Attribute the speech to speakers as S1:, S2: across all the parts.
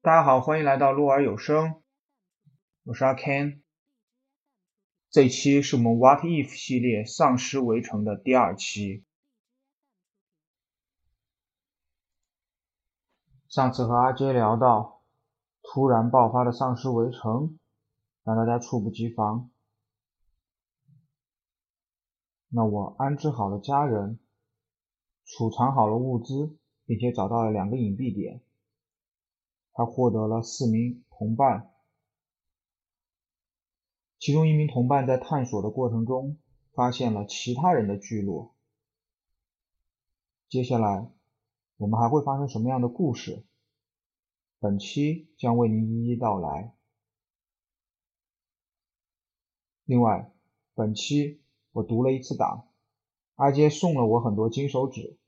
S1: 大家好，欢迎来到鹿儿有声，我是阿 Ken。这一期是我们 What If 系列《丧尸围城》的第二期。上次和阿 J 聊到，突然爆发的丧尸围城让大家猝不及防。那我安置好了家人，储藏好了物资，并且找到了两个隐蔽点。他获得了四名同伴，其中一名同伴在探索的过程中发现了其他人的聚落。接下来，我们还会发生什么样的故事？本期将为您一一道来。另外，本期我读了一次档，阿杰送了我很多金手指，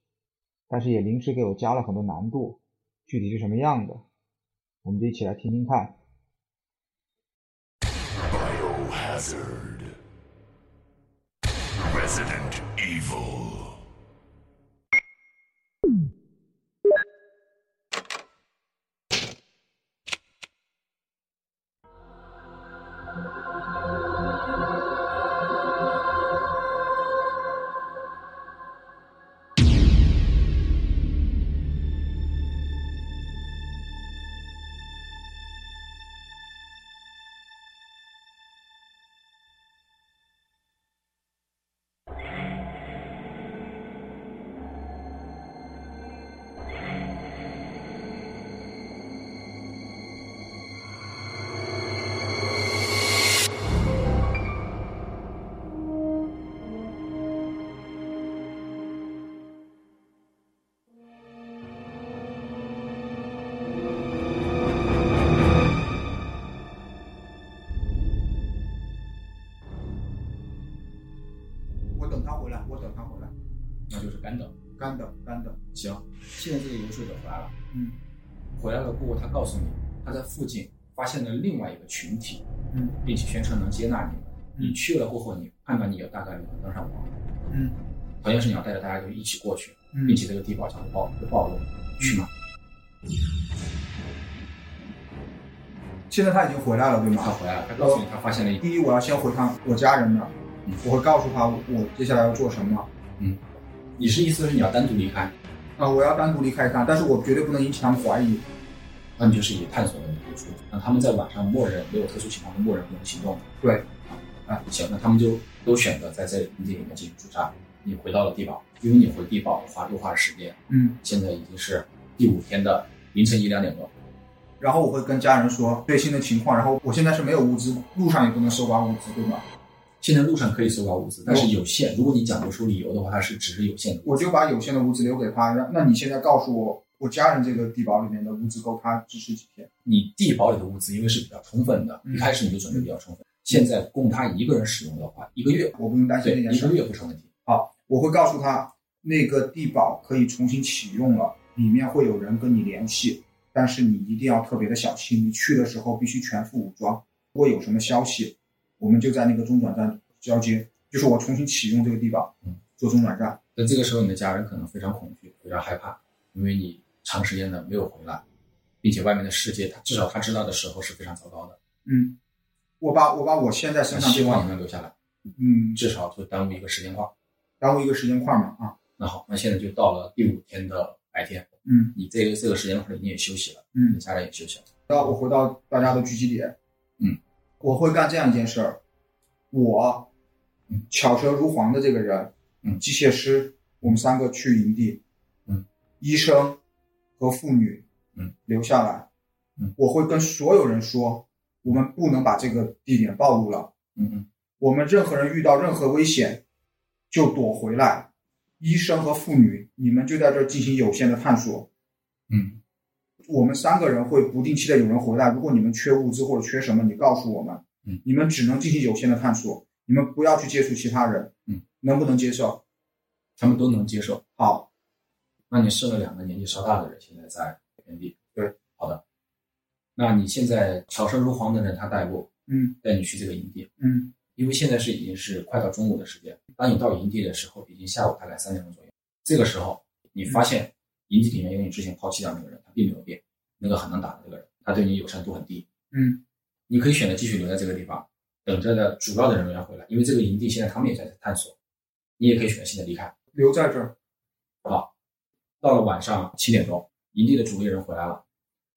S1: 但是也临时给我加了很多难度，具体是什么样的？我们就一起来听听看。
S2: Biohazard. Resident Evil.
S3: 我等他回来，我等他回来，
S4: 那就是干等。
S3: 干等干等。
S4: 行，现在这个游说者回来了，
S3: 嗯
S4: 回来了过后，他告诉你他在附近发现了另外一个群体，
S3: 嗯
S4: 并且宣称能接纳你们。
S3: 嗯
S4: 你去了过后，你判断你有大概率能登上王，
S3: 嗯
S4: 条件是你要带着大家就一起过去，
S3: 嗯
S4: 并且这个地堡将会暴会暴露，去吗？
S3: 现在他已经回来了，对
S4: 他
S3: 吗？
S4: 回来了，他告诉你他发现了一
S3: 第一，我要先回趟我家人那儿
S4: 嗯，
S3: 我会告诉他我我接下来要做什么。
S4: 你是意思是你要单独离开，
S3: 啊，我要单独离开他，但是我绝对不能引起他们怀疑。
S4: 那你就是以探索的为主，那他们在晚上默认没有特殊情况的默认不能行动。
S3: 对，
S4: 啊，行，那他们就都选择在这里这里面进行驻扎。你回到了地堡，因为你回地堡花多花了时间，
S3: 嗯，
S4: 现在已经是第五天的凌晨一两点钟。
S3: 然后我会跟家人说最新的情况，然后我现在是没有物资，路上也不能搜刮物资，对吧？
S4: 现在路上可以搜刮物资，但是有限。如果你讲不出理由的话，它是只是有限的。
S3: 我就把有限的物资留给他。那那你现在告诉我，我家人这个地堡里面的物资够他支持几天？
S4: 你地堡里的物资因为是比较充分的，
S3: 嗯
S4: 一开始你就准备比较充分。现在供他一个人使用的话，一个月，
S3: 我不用担心
S4: 对，
S3: 这件
S4: 一
S3: 事
S4: 个
S3: 儿。
S4: 月不成问题。
S3: 我会告诉他，那个地堡可以重新启用了，里面会有人跟你联系，但是你一定要特别的小心，你去的时候必须全副武装。如果有什么消息，我们就在那个中转站交接，就是我重新启用这个地堡
S4: 嗯，
S3: 做中转站。
S4: 但这个时候，你的家人可能非常恐惧，非常害怕，因为你长时间的没有回来，并且外面的世界，他至少他知道的时候是非常糟糕的。
S3: 嗯，我把我把我现在身
S4: 他
S3: 上
S4: 希
S3: 这
S4: 望
S3: 块
S4: 你，能留下来，
S3: 嗯，
S4: 至少就耽误一个时间块。
S3: 耽误一个时间块嘛啊，
S4: 那好，那现在就到了第五天的白天，
S3: 嗯
S4: 你这个这个时间块你也休息了，你的
S3: 嗯，
S4: 家人也休息了。
S3: 到我回到大家的聚集点，
S4: 嗯，
S3: 我会干这样一件事儿，我
S4: 嗯
S3: 巧舌如簧的这个人，
S4: 嗯
S3: 机械师，我们三个去营地，
S4: 嗯，
S3: 医生和妇女，
S4: 嗯，
S3: 留下来，
S4: 嗯，
S3: 我会跟所有人说，我们不能把这个地点暴露了，
S4: 嗯嗯。
S3: 我们任何人遇到任何危险就躲回来，医生和妇女，你们就在这儿进行有限的探索，
S4: 嗯，
S3: 我们三个人会不定期的有人回来。如果你们缺物资或者缺什么，你告诉我们。
S4: 嗯，
S3: 你们只能进行有限的探索，你们不要去接触其他人。
S4: 嗯，
S3: 能不能接受？
S4: 他们都能接受。
S3: 好，
S4: 那你剩了两个年纪稍大的人，现在在原地。
S3: 对，
S4: 好的。那你现在巧舌如簧的人，他带路
S3: 嗯
S4: 带你去这个营地，
S3: 嗯
S4: 因为现在是已经是快到中午的时间。当你到营地的时候，已经下午大概三点钟左右。这个时候，你发现营地里面有你之前抛弃掉那个人，他并没有变，那个很能打的那个人，他对你友善度很低，
S3: 嗯
S4: 你可以选择继续留在这个地方，等着的主要的人员回来，因为这个营地现在他们也在探索，你也可以选择性的离开。
S3: 留在这儿，
S4: 到了晚上七点钟，营地的主力人回来了。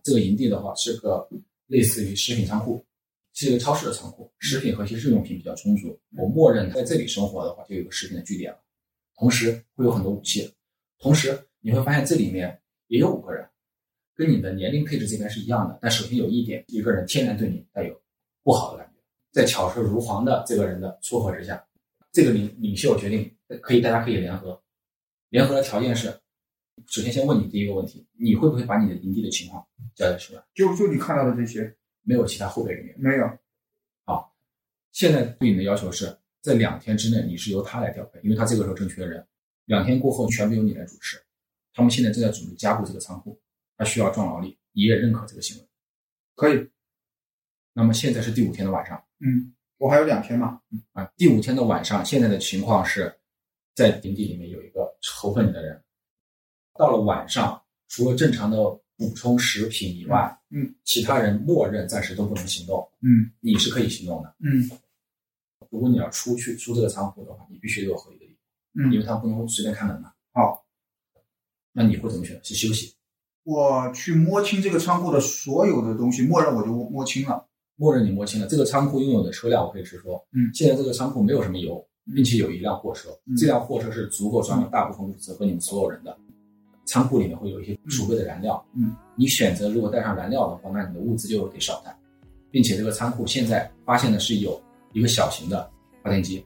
S4: 这个营地的话是个类似于食品仓库，是一个超市的仓库，食品和一些日用品比较充足。我默认在这里生活的话，就有一个食品的据点了，同时会有很多武器，同时你会发现这里面也有五个人，跟你的年龄配置这边是一样的。但首先有一点，一个人天然对你带有不好的感觉，在巧舌如簧的这个人的撮合之下，这个领领袖决定可以，大家可以联合，联合的条件是，首先先问你第一个问题，你会不会把你的营地的情况交代出来？
S3: 就就你看到的这些
S4: 没有其他后备人员。
S3: 没有，
S4: 现在对你的要求是在两天之内你是由他来调配，因为他这个时候正缺人，两天过后全部由你来主持。他们现在正在准备加固这个仓库，他需要壮劳力，你也认可这个行为。
S3: 可以，
S4: 那么现在是第五天的晚上。
S3: 嗯，我还有两天嘛，
S4: 啊，第五天的晚上，现在的情况是，在营地里面有一个仇恨你的人。到了晚上，除了正常的补充食品以外，
S3: 嗯，
S4: 其他人默认暂时都不能行动，
S3: 嗯
S4: 你是可以行动的。
S3: 嗯
S4: 如果你要出去出这个仓库的话，你必须得有合理的理由，因
S3: 嗯
S4: 为，他们不能随便开门嘛。
S3: 好，
S4: 那你会怎么选？是休息？
S3: 我去摸清这个仓库的所有的东西，默认我就摸清了，
S4: 默认你摸清了这个仓库拥有的车辆，我可以直说，
S3: 嗯
S4: 现在这个仓库没有什么油，并且有一辆货车，
S3: 嗯
S4: 这辆货车是足够装了大部分物资和你们所有人的。仓库里面会有一些储备的燃料，
S3: 嗯，
S4: 你选择如果带上燃料的话，那你的物资就得少带，并且这个仓库现在发现的是有一个小型的发电机，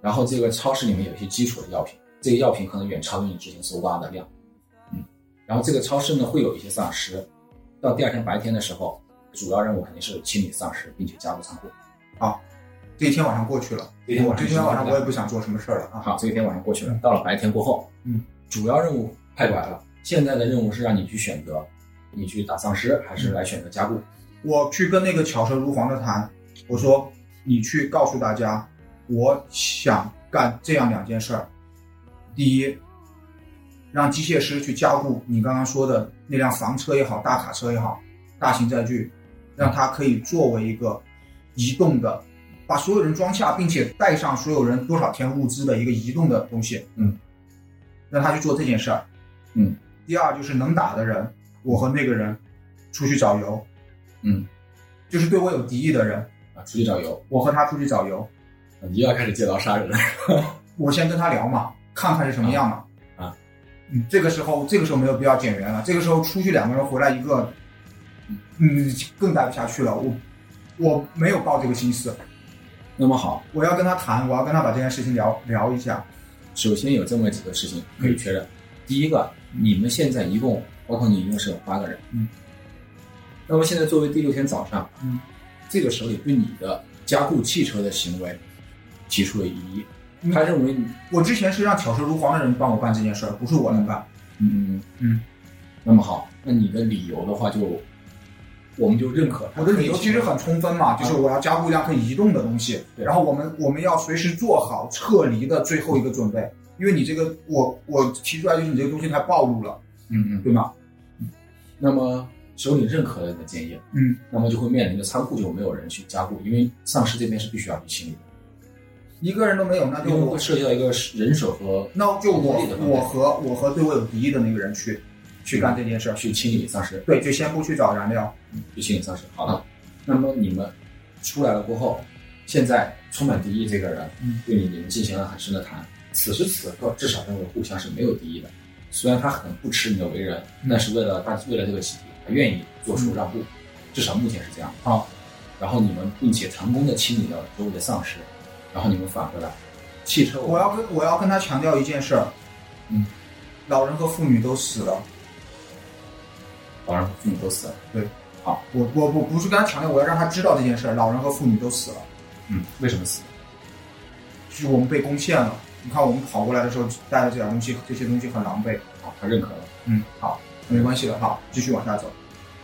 S4: 然后这个超市里面有一些基础的药品，这个药品可能远超于你之前搜刮的量，嗯，然后这个超市呢会有一些丧尸，到第二天白天的时候，主要任务肯定是清理丧尸，并且加入仓库。
S3: 这一天晚上过去了，
S4: 这一天晚上
S3: 这一天晚上我也不想做什么事儿了啊，
S4: 好，这一天晚上过去了，到了白天过后，
S3: 嗯，
S4: 主要任务派过来了。现在的任务是让你去选择，你去打丧尸，还
S3: 嗯
S4: 是来选择加固？
S3: 我去跟那个巧舌如簧的谈，我说你去告诉大家，我想干这样两件事儿：第一，让机械师去加固你刚刚说的那辆房车也好、大卡车也好、大型载具，让它可以作为一个移动的，把所有人装下，并且带上所有人多少天物资的一个移动的东西。
S4: 嗯，
S3: 让他去做这件事儿。
S4: 嗯。
S3: 第二就是能打的人，我和那个人出去找油。
S4: 嗯，
S3: 就是对我有敌意的人，
S4: 啊，出去找油，
S3: 我和他出去找油，
S4: 你又要开始借刀杀人了。
S3: 我先跟他聊嘛，看看是什么样嘛。
S4: 啊，
S3: 嗯，这个时候这个时候没有必要减员了，这个时候出去两个人回来一个，嗯，更待不下去了。我我没有抱这个心思，
S4: 那么好，
S3: 我要跟他谈，我要跟他把这件事情聊聊一下。
S4: 首先有这么几个事情可以确认。第一个，你们现在一共，包括你一共是有八个人。
S3: 嗯。
S4: 那么现在作为第六天早上，
S3: 嗯，
S4: 这个时候也对你的加固汽车的行为提出了异议，
S3: 嗯
S4: 他认为你
S3: 我之前是让巧舌如簧的人帮我办这件事儿，不是我能干。
S4: 嗯
S3: 嗯，
S4: 那么好，那你的理由的话就，我们就认可它
S3: 我的理由其实很充分嘛，就是我要加固一辆可以移动的东西，
S4: 对
S3: 然后我们我们要随时做好撤离的最后一个准备，因为你这个我我提出来就是你这个东西太暴露了，
S4: 嗯嗯。
S3: 对吗？
S4: 那么首领认可了你的建议，
S3: 嗯，
S4: 那么就会面临着仓库就没有人去加固，因为丧尸这边是必须要去清理的，
S3: 一个人都没有，那就
S4: 因为
S3: 我
S4: 会涉及到一个人手和
S3: 那就我
S4: 人力的问题
S3: 我和我和对我有敌意的那个人去去干这件事儿，
S4: 去清理丧尸，
S3: 对，就先不去找燃料，
S4: 去清理丧尸。好了，那么你们出来了过后，现在充满敌意这个人，
S3: 嗯
S4: 对你你们进行了很深的谈，此时此刻至少认为互相是没有敌意的，虽然他很不耻你的为人，
S3: 嗯
S4: 但是为了他为了这个集体，他愿意做出让步，至少目前是这样。
S3: 好，
S4: 然后你们并且成功的清理掉了周围的丧尸，然后你们返回来，汽车
S3: 我要跟我要跟他强调一件事儿，
S4: 嗯，
S3: 老人和妇女都死了，
S4: 老人和父母都死了，
S3: 我我我不是跟他强调，我要让他知道这件事儿，老人和妇女都死了。
S4: 嗯，为什么死？
S3: 就是我们被攻陷了。你看我们跑过来的时候带的这点东西，这些东西很狼狈。
S4: 好，他认可了。
S3: 嗯，好，没关系的，好，继续往下走。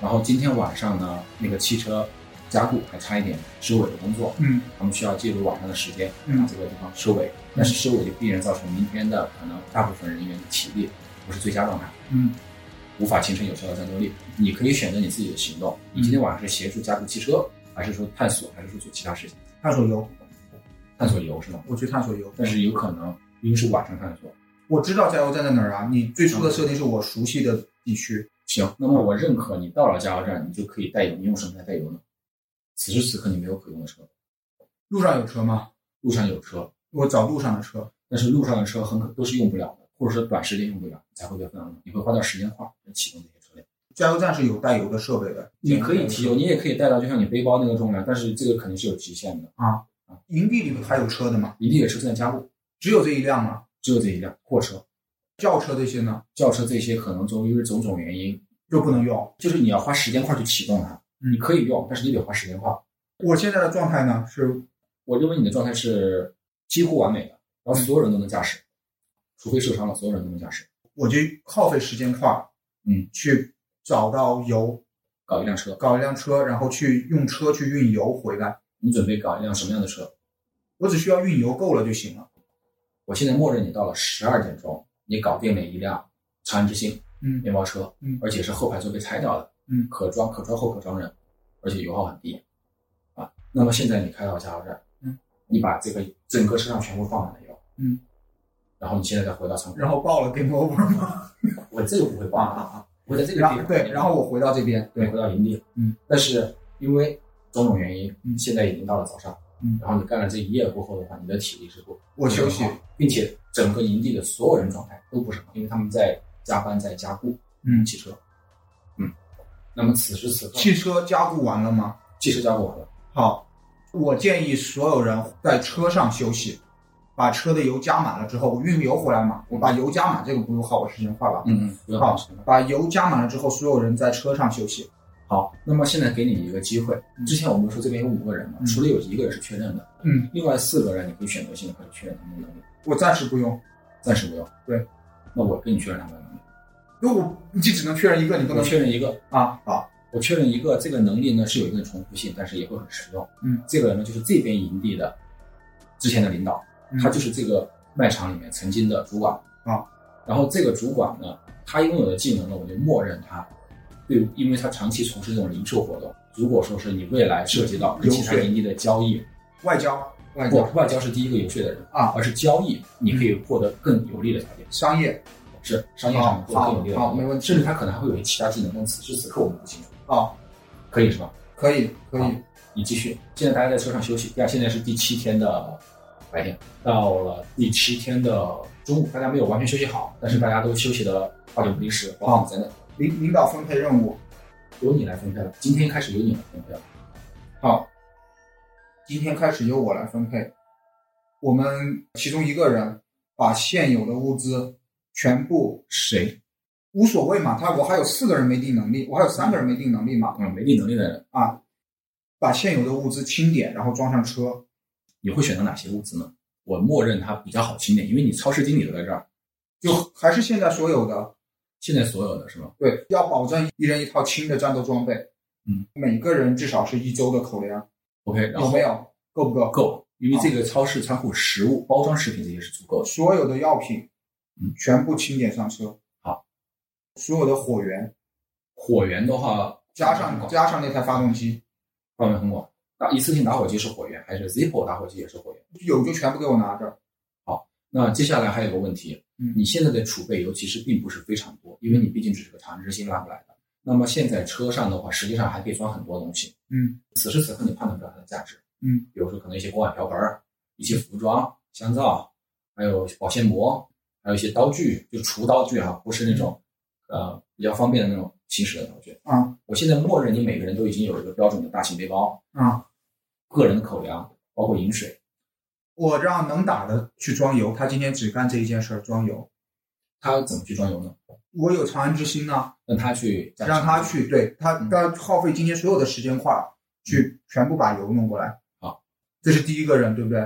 S4: 然后今天晚上呢，那个汽车加固还差一点收尾的工作，
S3: 嗯
S4: 他们需要借助晚上的时间
S3: 嗯
S4: 把这个地方收尾，但是收尾就必然造成明天的可能大部分人员的体力不是最佳状态。
S3: 嗯
S4: 无法形成有效的战斗力。你可以选择你自己的行动，
S3: 嗯
S4: 你今天晚上是协助加固汽车，还是说探索，还是说做其他事情？
S3: 探索游，
S4: 探索游是吗？
S3: 我去探索游。
S4: 但是有可能因为是晚上探索。
S3: 我知道加油站在哪儿啊？你最初的设定是我熟悉的地区，
S4: 行，那么我认可你到了加油站，你就可以带油。你用什么来带油呢？此时此刻你没有可用的车，
S3: 路上有车吗？
S4: 路上有车，
S3: 我找路上的车。
S4: 但是路上的车很可都是用不了的，或者说短时间用不了，你才会被分到你会花掉时间花来启动这些车辆。
S3: 加油站是有带油的设备的，
S4: 你可以提油，你也可以带到，就像你背包那个重量，但是这个肯定是有极限的。
S3: 营地里还有车的吗？
S4: 营地的车正在加固，
S3: 只有这一辆吗？
S4: 只有这一辆货车、
S3: 轿车这些呢
S4: 轿车这些可能由于种种原因，
S3: 就不能用。
S4: 就是你要花时间块去启动它。你可以用，但是你得花时间花。
S3: 我现在的状态呢是，
S4: 我认为你的状态是几乎完美的，然后所有人都能驾驶，除非受伤了，所有人都能驾驶。
S3: 我就耗费时间块，
S4: 嗯，
S3: 去找到油，
S4: 搞一辆车，
S3: 搞一辆车，然后去用车去运油回来。
S4: 你准备搞一辆什么样的车？
S3: 我只需要运油够了就行了。
S4: 我现在默认你到了十二点钟，你搞定了一辆长安之星
S3: 嗯
S4: 面包车，
S3: 嗯
S4: 而且是后排座被拆掉的，
S3: 嗯
S4: 可装可装后可装人，而且油耗很低，啊，那么现在你开到加油站，
S3: 嗯，
S4: 你把这个整个车上全部放满了油，
S3: 嗯，
S4: 然后你现在再回到仓库，
S3: 然后爆了 game over 吗？
S4: 我这个不会
S3: 啊
S4: 忘
S3: 啊
S4: 啊，
S3: 啊！
S4: 我在这个地
S3: 然后
S4: 方
S3: 对，然后我回到这边，
S4: 对
S3: 对
S4: 回到营地，
S3: 嗯，
S4: 但是因为种种原因，
S3: 嗯
S4: 现在已经到了早上，
S3: 嗯
S4: 然后你干了这一夜过后的话，你的体力是不
S3: 我休息，，
S4: 并且整个营地的所有人状态都不是很好，因为他们在加班，在加固
S3: 嗯，
S4: 汽车。嗯，那么此时此刻，
S3: 汽车加固完了吗？
S4: 汽车加固完了，
S3: 好，我建议所有人在车上休息，把车的油加满了之后，我运油回来嘛，我把油加满，这个不用耗我时间化吧？
S4: 嗯嗯，不要
S3: 好
S4: 担心，
S3: 把油加满了之后，所有人在车上休息。
S4: 好，那么现在给你一个机会
S3: 嗯。
S4: 之前我们说这边有五个人嘛，
S3: 嗯
S4: 除了有一个人是确认的，
S3: 嗯，
S4: 另外四个人你可以选择性的开始确认他们的能力，
S3: 我暂时不用，
S4: 暂时不要。
S3: 对，
S4: 那我跟你确认他们的能力，
S3: 因为我你只能确认一个，你不
S4: 我
S3: 能
S4: 确认一个，
S3: 啊。好，
S4: 我确认一个，这个能力呢是有一定的重复性，但是也会很实用。
S3: 嗯，
S4: 这个人呢就是这边营地的之前的领导，
S3: 嗯
S4: 他就是这个卖场里面曾经的主管
S3: 啊。
S4: 然后这个主管呢，他拥有的技能呢，我就默认他对，因为他长期从事这种零售活动。如果说是你未来涉及到跟其他
S3: 游说
S4: 营地的交易，
S3: 外交，外
S4: 不
S3: 交，
S4: 外交是第一个游说的人
S3: 啊嗯
S4: 而是交易，你可以获得更有利的条件。
S3: 商业
S4: 是商业上
S3: 好
S4: 获得更有利的条件，
S3: 啊好没问题
S4: 甚至他可能还会有其他技能，但此时此刻我们不清楚，
S3: 啊，
S4: 可以是吧？
S3: 可以，可
S4: 好
S3: 以。
S4: 你继续。现在大家在车上休息。第二，现在是第七天的白天，到了第七天的中午，大家没有完全休息好，但是大家都休息的八九不离十，包括你在内，
S3: 领领导分配任务，
S4: 由你来分配了。今天开始由你来分配了。
S3: 好，今天开始由我来分配。我们其中一个人把现有的物资全部
S4: 谁？
S3: 无所谓嘛，他我还有四个人没定能力，我还有三个人没定能力嘛，
S4: 嗯，没力能力的人，
S3: 啊，把现有的物资清点，然后装上车，
S4: 你会选择哪些物资呢？我默认它比较好清点，因为你超市经理都在这儿。
S3: 就还是现在所有的
S4: 现在所有的是吗？
S3: 对，要保证一人一套轻的战斗装备，
S4: 嗯，
S3: 每个人至少是一周的口粮，
S4: ？OK，然
S3: 有
S4: 后
S3: 没有？够不够？。
S4: 够，因为这个超市仓库食物、包装食品这些是足够的。
S3: 所有的药品，
S4: 嗯，
S3: 全部清点上车。
S4: 好，
S3: 所有的火源
S4: 火源的话，
S3: 加上加上那台发动机，
S4: 范围很广。打一次性打火机是火源，还是 Zippo 打火机也是火源？
S3: 有就全部给我拿着。
S4: 那接下来还有个问题，
S3: 嗯
S4: 你现在的储备油其实并不是非常多，因为你毕竟只是个长之星拉过来的。那么现在车上的话，实际上还可以装很多东西。
S3: 嗯，
S4: 此时此刻你判断不了它的价值。
S3: 嗯，
S4: 比如说可能一些锅碗瓢盆儿、一些服装、香皂，还有保鲜膜，还有一些刀具，就厨刀具哈、不是那种呃比较方便的那种行驶的刀具。
S3: 啊
S4: 我现在默认你每个人都已经有一个标准的大型背包，
S3: 啊！
S4: 个人的口粮，包括饮水。
S3: 我让能打的去装油，他今天只干这一件事儿，装油。
S4: 他怎么去装油呢？
S3: 我有长安之心啊，
S4: 让他去加
S3: 让
S4: 强
S3: 他去，对他
S4: 嗯
S3: 他耗费今天所有的时间块儿去全部把油弄过来。
S4: 好，
S3: 这是第一个人，对不对？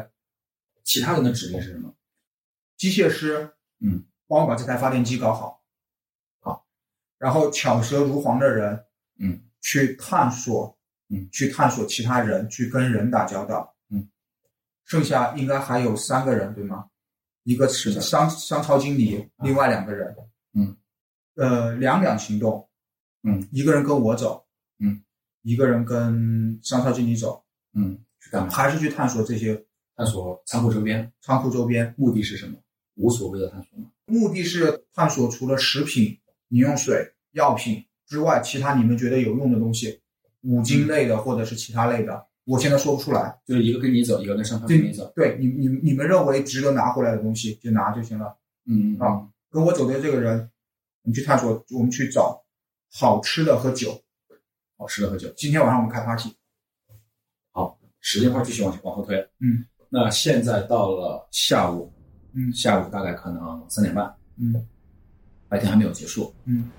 S4: 其他人的指令是什么？
S3: 机械师，
S4: 嗯，
S3: 帮我把这台发电机搞好。
S4: 好，
S3: 然后巧舌如簧的人，
S4: 嗯，
S3: 去探索，
S4: 嗯，
S3: 去探索其他人，去跟人打交道，
S4: 嗯，
S3: 剩下应该还有三个人对吗？一个是
S4: 是的
S3: 商商超经理，
S4: 啊
S3: 另外两个人，
S4: 嗯，
S3: 呃两两行动，
S4: 嗯，
S3: 一个人跟我走，
S4: 嗯，
S3: 一个人跟商超经理走，
S4: 嗯，去干嘛？
S3: 还是去探索这些
S4: 探索仓库周边，
S3: 仓库周边，
S4: 目的是什么？无所谓的探索嘛。
S3: 目的是探索除了食品、饮用水、药品之外，其他你们觉得有用的东西，五金类的或者是其他类的，我现在说不出来。
S4: 就是一个跟你走，一个跟上方跟你走。
S3: 对你你你们认为值得拿回来的东西就拿就行了。
S4: 嗯嗯
S3: 啊跟我走的这个人，我们去探索，我们去找好吃的和酒。
S4: 好哦吃的喝酒。
S3: 今天晚上我们开 party，
S4: 时间块继续往前往后推。
S3: 嗯，
S4: 那现在到了下午，
S3: 嗯
S4: 下午大概可能三点半，
S3: 嗯
S4: 白天还没有结束。
S3: 嗯，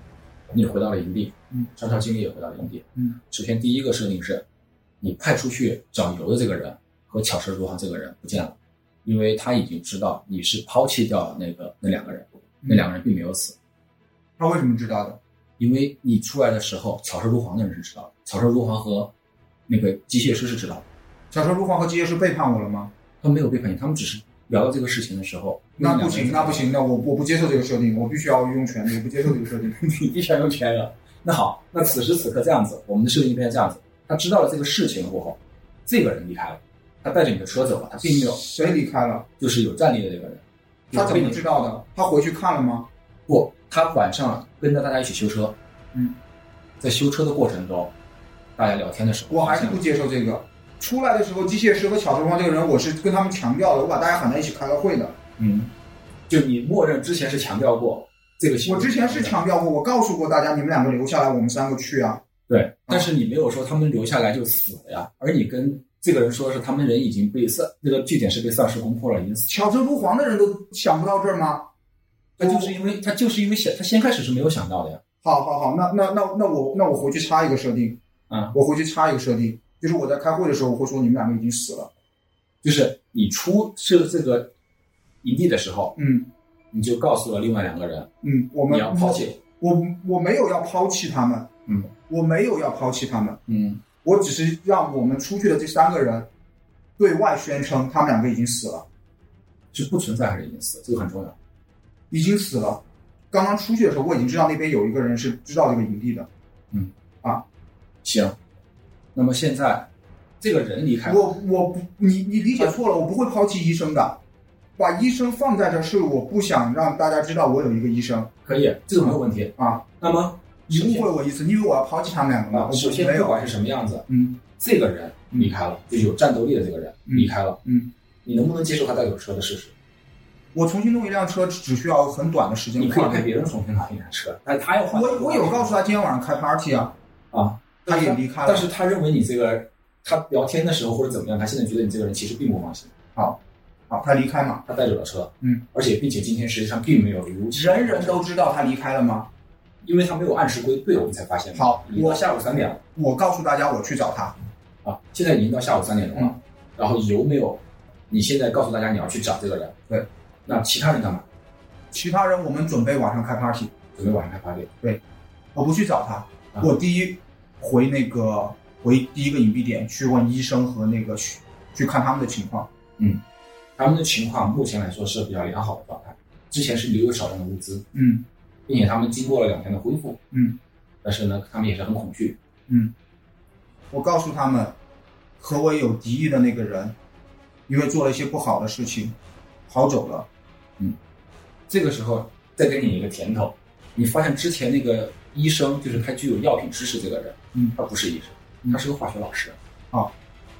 S4: 你回到了营地，
S3: 嗯，
S4: 张超经理也回到了营地。
S3: 嗯，
S4: 首先第一个设定是，你派出去找油的这个人和巧舌如行这个人不见了，因为他已经知道你是抛弃掉了那个那两个人，
S3: 嗯
S4: 那两个人并没有死，
S3: 他为什么知道的？
S4: 因为你出来的时候，巧舌如行的人是知道的，巧舌如行和那个机械师是知道的，
S3: 小说如黄和基业是背叛我了吗？
S4: 他们没有背叛你，他们只是聊到这个事情的时候，
S3: 那
S4: 两
S3: 不
S4: 个人
S3: 行，那不行，那我我不接受这个设定，我必须要用权利，我不接受这个设定。
S4: 你必须要用全人。那好，那此时此刻这样子，我们的设定就变成这样子：他知道了这个事情过后，这个人离开了，他带着你的车走了，他并没有
S3: 谁离开了？
S4: 就是有战力的这个人。
S3: 他怎么
S4: 就
S3: 知
S4: 是
S3: 道的？他回去看了吗？
S4: 不，他晚上跟着大家一起修车，
S3: 嗯，
S4: 在修车的过程中，大家聊天的时候，
S3: 我还是
S4: 发
S3: 不
S4: 现
S3: 接受这个。出来的时候，机械师和巧石方这个人，我是跟他们强调的，我把大家喊在一起开个会的。
S4: 嗯，就你默认之前是强调过这个行为，
S3: 我之前是强调过，我告诉过大家，你们两个留下来，我们三个去啊。
S4: 对，但是你没有说他们留下来就死了呀，而你跟这个人说的是他们人已经被丧，那个据点是被丧尸攻破了，已经死了。
S3: 巧舌如簧的人都想不到这儿吗？
S4: 他就是因为他就是因为想他先开始是没有想到的呀。
S3: 好好好，那那那那我那我回去插一个设定，
S4: 啊，
S3: 我回去插一个设定，就是我在开会的时候，我会说你们两个已经死了。
S4: 就是你出是这个营地的时候，
S3: 嗯
S4: 你就告诉了另外两个人
S3: 嗯，我们
S4: 你要抛弃。
S3: 我我没有要抛弃他们，
S4: 嗯，
S3: 我没有要抛弃他们，
S4: 嗯，
S3: 我只是让我们出去的这三个人对外宣称他们两个已经死了，
S4: 是不存在还是已经死，这个很重要。
S3: 已经死了。刚刚出去的时候，我已经知道那边有一个人是知道这个营地的，
S4: 行，那么现在这个人离开了，
S3: 我我不你你理解错了，我不会抛弃医生的。把医生放在这儿是我不想让大家知道我有一个医生
S4: 可以，这个没有问题。
S3: 啊！
S4: 那么
S3: 你
S4: 首先
S3: 误会我意思，你以为我要抛弃他们两个吗？
S4: 啊，
S3: 我
S4: 首
S3: 不
S4: 先
S3: 没
S4: 不
S3: 有，
S4: 管是什么样子，
S3: 嗯，
S4: 这个人离开了，就是有战斗力的这个人
S3: 嗯
S4: 离开了，
S3: 嗯，
S4: 你能不能接受他带有车的事实？
S3: 我重新弄一辆车只需要很短的时间
S4: 你可以
S3: 跨
S4: 派
S3: 越。
S4: 别人重新拿一辆车，但他要换。
S3: 我我有告诉他今天晚上开 party 啊，
S4: 啊，
S3: 他也离开了。
S4: 但是他认为你这个，他聊天的时候或者怎么样，他现在觉得你这个人其实并不放心，
S3: 好，他离开嘛，
S4: 他带走了车，
S3: 嗯，
S4: 而且并且今天实际上并没有如期
S3: 人人，都知道他离开了吗？
S4: 因为他没有按时归队，我们才发现。
S3: 好
S4: 已经到下午三点了
S3: 我告诉大家，我去找他。
S4: 啊，现在已经到下午三点钟了，
S3: 嗯
S4: 然后有没有？你现在告诉大家你要去找这个人，
S3: 对，
S4: 那其他人干嘛？
S3: 其他人我们准备晚上开 party，
S4: 准备晚上开 party，
S3: 我不去找他，
S4: 啊
S3: 我第一回那个回第一个隐蔽点去问医生和那个去去看他们的情况。
S4: 他们的情况目前来说是比较良好的状态，之前是留有少量的物资，
S3: 嗯
S4: 并且他们经过了两天的恢复，
S3: 嗯，
S4: 但是呢，他们也是很恐惧，
S3: 嗯，我告诉他们，和我有敌意的那个人，因为做了一些不好的事情，跑走了。
S4: 这个时候再给你一个甜头，你发现之前那个医生，就是他具有药品知识这个人，
S3: 嗯
S4: 他不是医生，
S3: 嗯
S4: 他是个化学老师。
S3: 哦，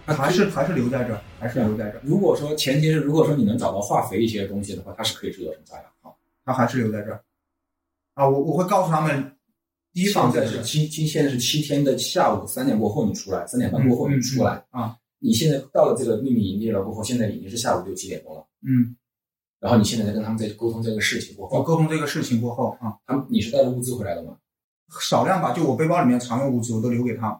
S4: 他
S3: 还是还是留在这儿，还
S4: 啊
S3: 是留在这儿，
S4: 如果说前提是，如果说你能找到化肥一些东西的话，它是可以制作成炸药。好，
S3: 他还是留在这儿。啊，我我会告诉他们，提防
S4: 现在
S3: 这个
S4: 是
S3: 人
S4: 七今现在是七天的下午三点过后你出来，三点半过后你出来。
S3: 嗯嗯啊，
S4: 你现在到了这个秘密营地了过后，现在已经是下午六七点钟了。
S3: 嗯，
S4: 然后你现在在跟他们在沟通这个事情过
S3: 我
S4: 后，
S3: 哦沟通这个事情过后啊，
S4: 他们你是带着物资回来的吗？
S3: 少量吧，就我背包里面常用物资我都留给他们，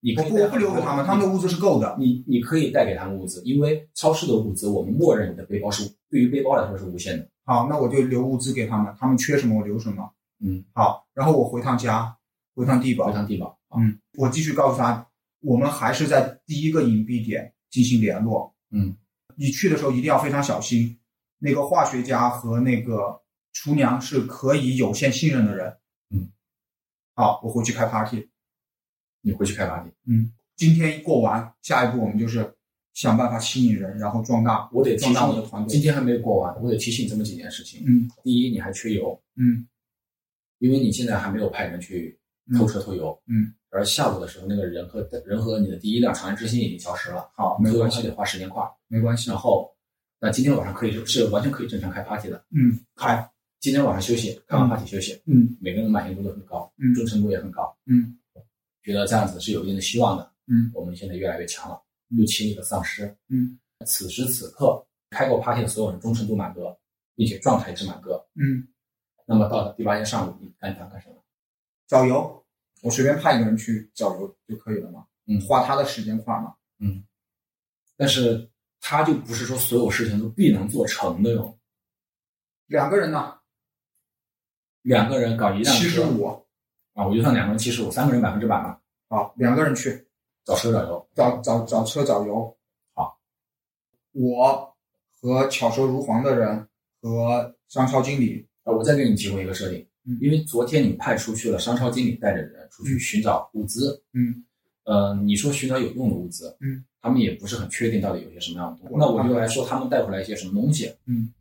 S4: 你
S3: 我
S4: 可以
S3: 不
S4: 带
S3: 我不留给他们，他们的物资是够的。
S4: 你你可以带给他们物资，因为超市的物资，我们默认你的背包是对于背包来说是无限的。
S3: 好，啊那我就留物资给他们，他们缺什么我留什么。
S4: 嗯，
S3: 好，然后我回趟家，回趟地堡
S4: 非，常地堡啊，
S3: 嗯，我继续告诉他，我们还是在第一个隐蔽点进行联络。
S4: 嗯，
S3: 你去的时候一定要非常小心。那个化学家和那个厨娘是可以有限信任的人，
S4: 嗯，
S3: 好，我回去开 party。
S4: 你回去开 party，
S3: 嗯，今天一过完，下一步我们就是想办法吸引人，然后壮大。
S4: 我得
S3: 壮
S4: 提
S3: 大
S4: 醒
S3: 我的
S4: 你
S3: 团队。
S4: 今天还没过完，我得提醒你这么几件事情。
S3: 嗯
S4: 第一，你还缺油，
S3: 嗯
S4: 因为你现在还没有派人去偷车偷油。
S3: 嗯。
S4: 而下午的时候，那个人和人和你的第一辆长安之星已经消失了，
S3: 好，
S4: 你
S3: 没
S4: 这个
S3: 关
S4: 东西
S3: 系，
S4: 得花时间块。
S3: 没关系
S4: 然。后，那今天晚上可以是完全可以正常开 party 的。
S3: 嗯，
S4: 开，今天晚上休息，开完 party 休息，
S3: 嗯
S4: 每个人满意度都很高，
S3: 嗯
S4: 忠诚度也很高。
S3: 嗯，
S4: 觉得这样子是有一定的希望的。
S3: 嗯，
S4: 我们现在越来越强了，又轻易的丧失。
S3: 嗯，
S4: 此时此刻，开过 party 的所有人忠诚度满格，并且状态也是满格。
S3: 嗯，
S4: 那么到了第八天上午，你该干干什么？
S3: 找油，我随便派一个人去找油就可以了嘛。
S4: 嗯
S3: 花他的时间块嘛。
S4: 但是他就不是说所有事情都必能做成的哟。
S3: 两个人呢，
S4: 两个人搞一辆车
S3: 七十五，
S4: 啊，我就算两个人七十五，三个人百分之百嘛，
S3: 好，啊两个人去
S4: 找车找油。
S3: 找找找车找油。
S4: 好，
S3: 我和巧舌如簧的人和商超经理，
S4: 啊，我再给你提供一个设定
S3: 嗯，
S4: 因为昨天你派出去了商超经理带着人出去
S3: 嗯
S4: 寻找物资，
S3: 嗯，
S4: 呃，你说寻找有用的物资，
S3: 嗯，
S4: 他们也不是很确定到底有些什么样的东西
S3: 我。
S4: 那我就来说他们带回来一些什么东西，
S3: 嗯，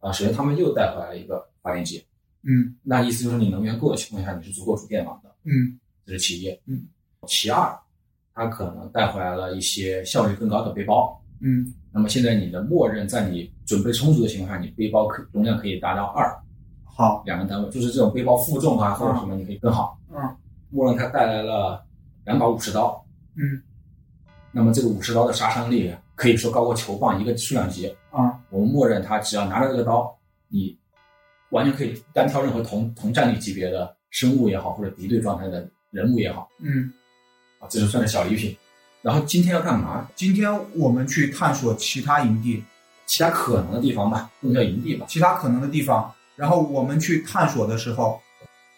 S4: 啊，首先他们又带回来了一个发电机，
S3: 嗯
S4: 那意思就是你能源够的情况下，你是足够主电网的，
S3: 嗯
S4: 这是其一。
S3: 嗯，
S4: 其二，他可能带回来了一些效率更高的背包，
S3: 嗯
S4: 那么现在你的默认在你准备充足的情况下，你背包可容量可以达到二
S3: 好，
S4: 两个单位，就是这种背包负重啊或者什么，你可以更好。
S3: 嗯
S4: 默认它带来了两把武士刀，
S3: 嗯
S4: 那么这个武士刀的杀伤力可以说高过球棒一个数量级。
S3: 啊
S4: 我们默认它只要拿着这个刀，你完全可以单挑任何同同战力级别的生物也好，或者敌对状态的人物也好
S3: 嗯。
S4: 啊，这就算是小礼品。然后今天要干嘛？
S3: 今天我们去探索其他营地，
S4: 其他可能的地方吧，不能叫营地吧。
S3: 其他可能的地方，然后我们去探索的时候，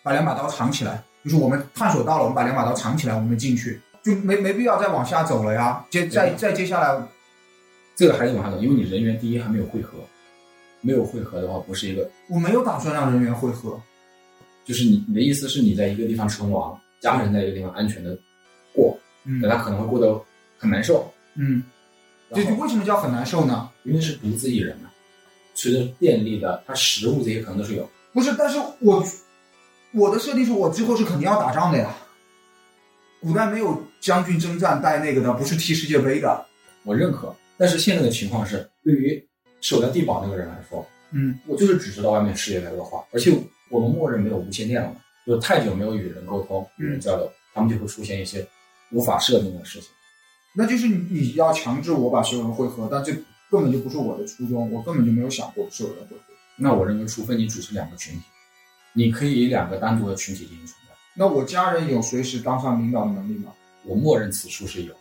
S3: 把两把刀藏起来，就是我们探索到了，我们把两把刀藏起来，我们进去就没没必要再往下走了呀。接再
S4: 嗯
S3: 再接下来，
S4: 这个还得往下走，因为你人员第一还没有汇合，没有汇合的话，不是一个，
S3: 我没有打算让人员汇合，
S4: 就是你你的意思是你在一个地方称王，家人在一个地方安全的过，
S3: 嗯
S4: 但他可能会过得很难受，
S3: 嗯，这
S4: 然
S3: 就
S4: 后
S3: 为什么叫很难受呢？
S4: 因为是独自一人嘛，随着电力的，他食物这些可能都是有，
S3: 不是，但是我我的设定是我之后是肯定要打仗的呀。古代没有将军征战带那个的，不是踢世界杯的。
S4: 我认可。但是现在的情况是，对于守在地堡那个人来说，
S3: 嗯
S4: 我就是只知道外面世界在恶化，而且我们默认没有无线电了嘛，就太久没有与人沟通、与人交流，他们就会出现一些无法设定的事情。
S3: 那就是你你要强制我把所有人汇合，但这根本就不是我的初衷，我根本就没有想过所有人汇合。
S4: 那我认为，除非你组成两个群体，你可以以两个单独的群体进行存在。
S3: 那我家人有随时当上领导的能力吗？
S4: 我默认此处是有，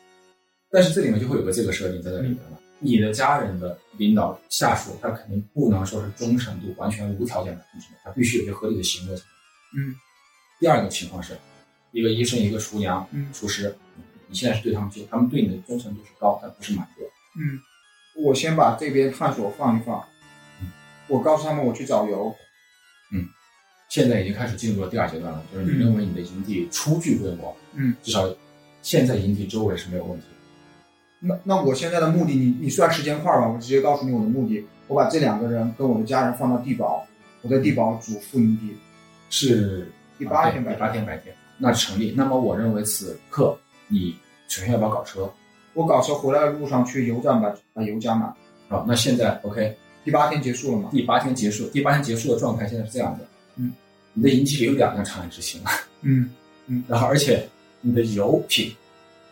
S4: 但是这里面就会有个这个设定在这里面
S3: 嗯
S4: 了。你的家人的领导下属，他肯定不能说是忠诚度完全无条件的忠诚，他必须有些合理的行为。
S3: 嗯。
S4: 第二个情况是，一个医生，一个厨娘，
S3: 嗯
S4: 厨师，你现在是对他们忠，他们对你的忠诚度是高，但不是满格。
S3: 嗯，我先把这边探索放一放
S4: 嗯，
S3: 我告诉他们我去找油。
S4: 现在已经开始进入了第二阶段了，就是你
S3: 嗯
S4: 认为你的营地初具规模，
S3: 嗯，
S4: 至少现在营地周围是没有问题的。
S3: 那那我现在的目的，你你算时间块吧，我直接告诉你我的目的，我把这两个人跟我的家人放到地堡，我在地堡主副营地。
S4: 是
S3: 第八
S4: 啊对
S3: 天白天
S4: 第八天白天，那成立。那么我认为此刻你首先要不要搞车？
S3: 我搞车回来的路上去油站把把油加满。
S4: 好，啊那现在 OK，
S3: 第八天结束了嘛？
S4: 第八天结束，第八天结束的状态现在是这样的，
S3: 嗯，
S4: 你的营地里有两辆长安之星，
S3: 嗯
S4: 然后而且你的油品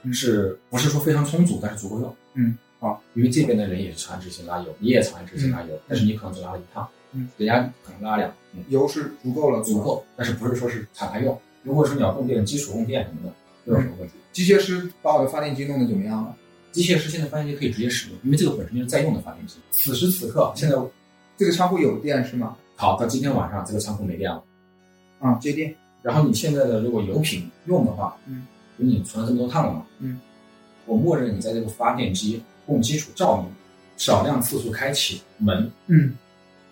S3: 嗯
S4: 是不是说非常充足，但是足够用，啊
S3: 嗯，好，
S4: 因为这边的人也是长安之星拉油，你也长安之星拉油，但是你可能只拉了一趟，
S3: 嗯，
S4: 人家可能拉两，嗯，
S3: 油是足够了，
S4: 足。够，但是不是说是常开用。如果说你要供电、基础供电什么的，没有什么问题。
S3: 机械师把我的发电机弄得怎么样了？
S4: 机械师现在发电机可以直接使用，因为这个本身就是在用的发电机。此时此刻，现在
S3: 这个仓库有电是吗？
S4: 好到今天晚上，这个仓库没电了。
S3: 啊、接电。
S4: 然后你现在的如果油品用的话，
S3: 嗯，
S4: 因为你存了这么多碳了嘛，
S3: 嗯，
S4: 我默认你在这个发电机供基础照明少量次数开启门，
S3: 嗯，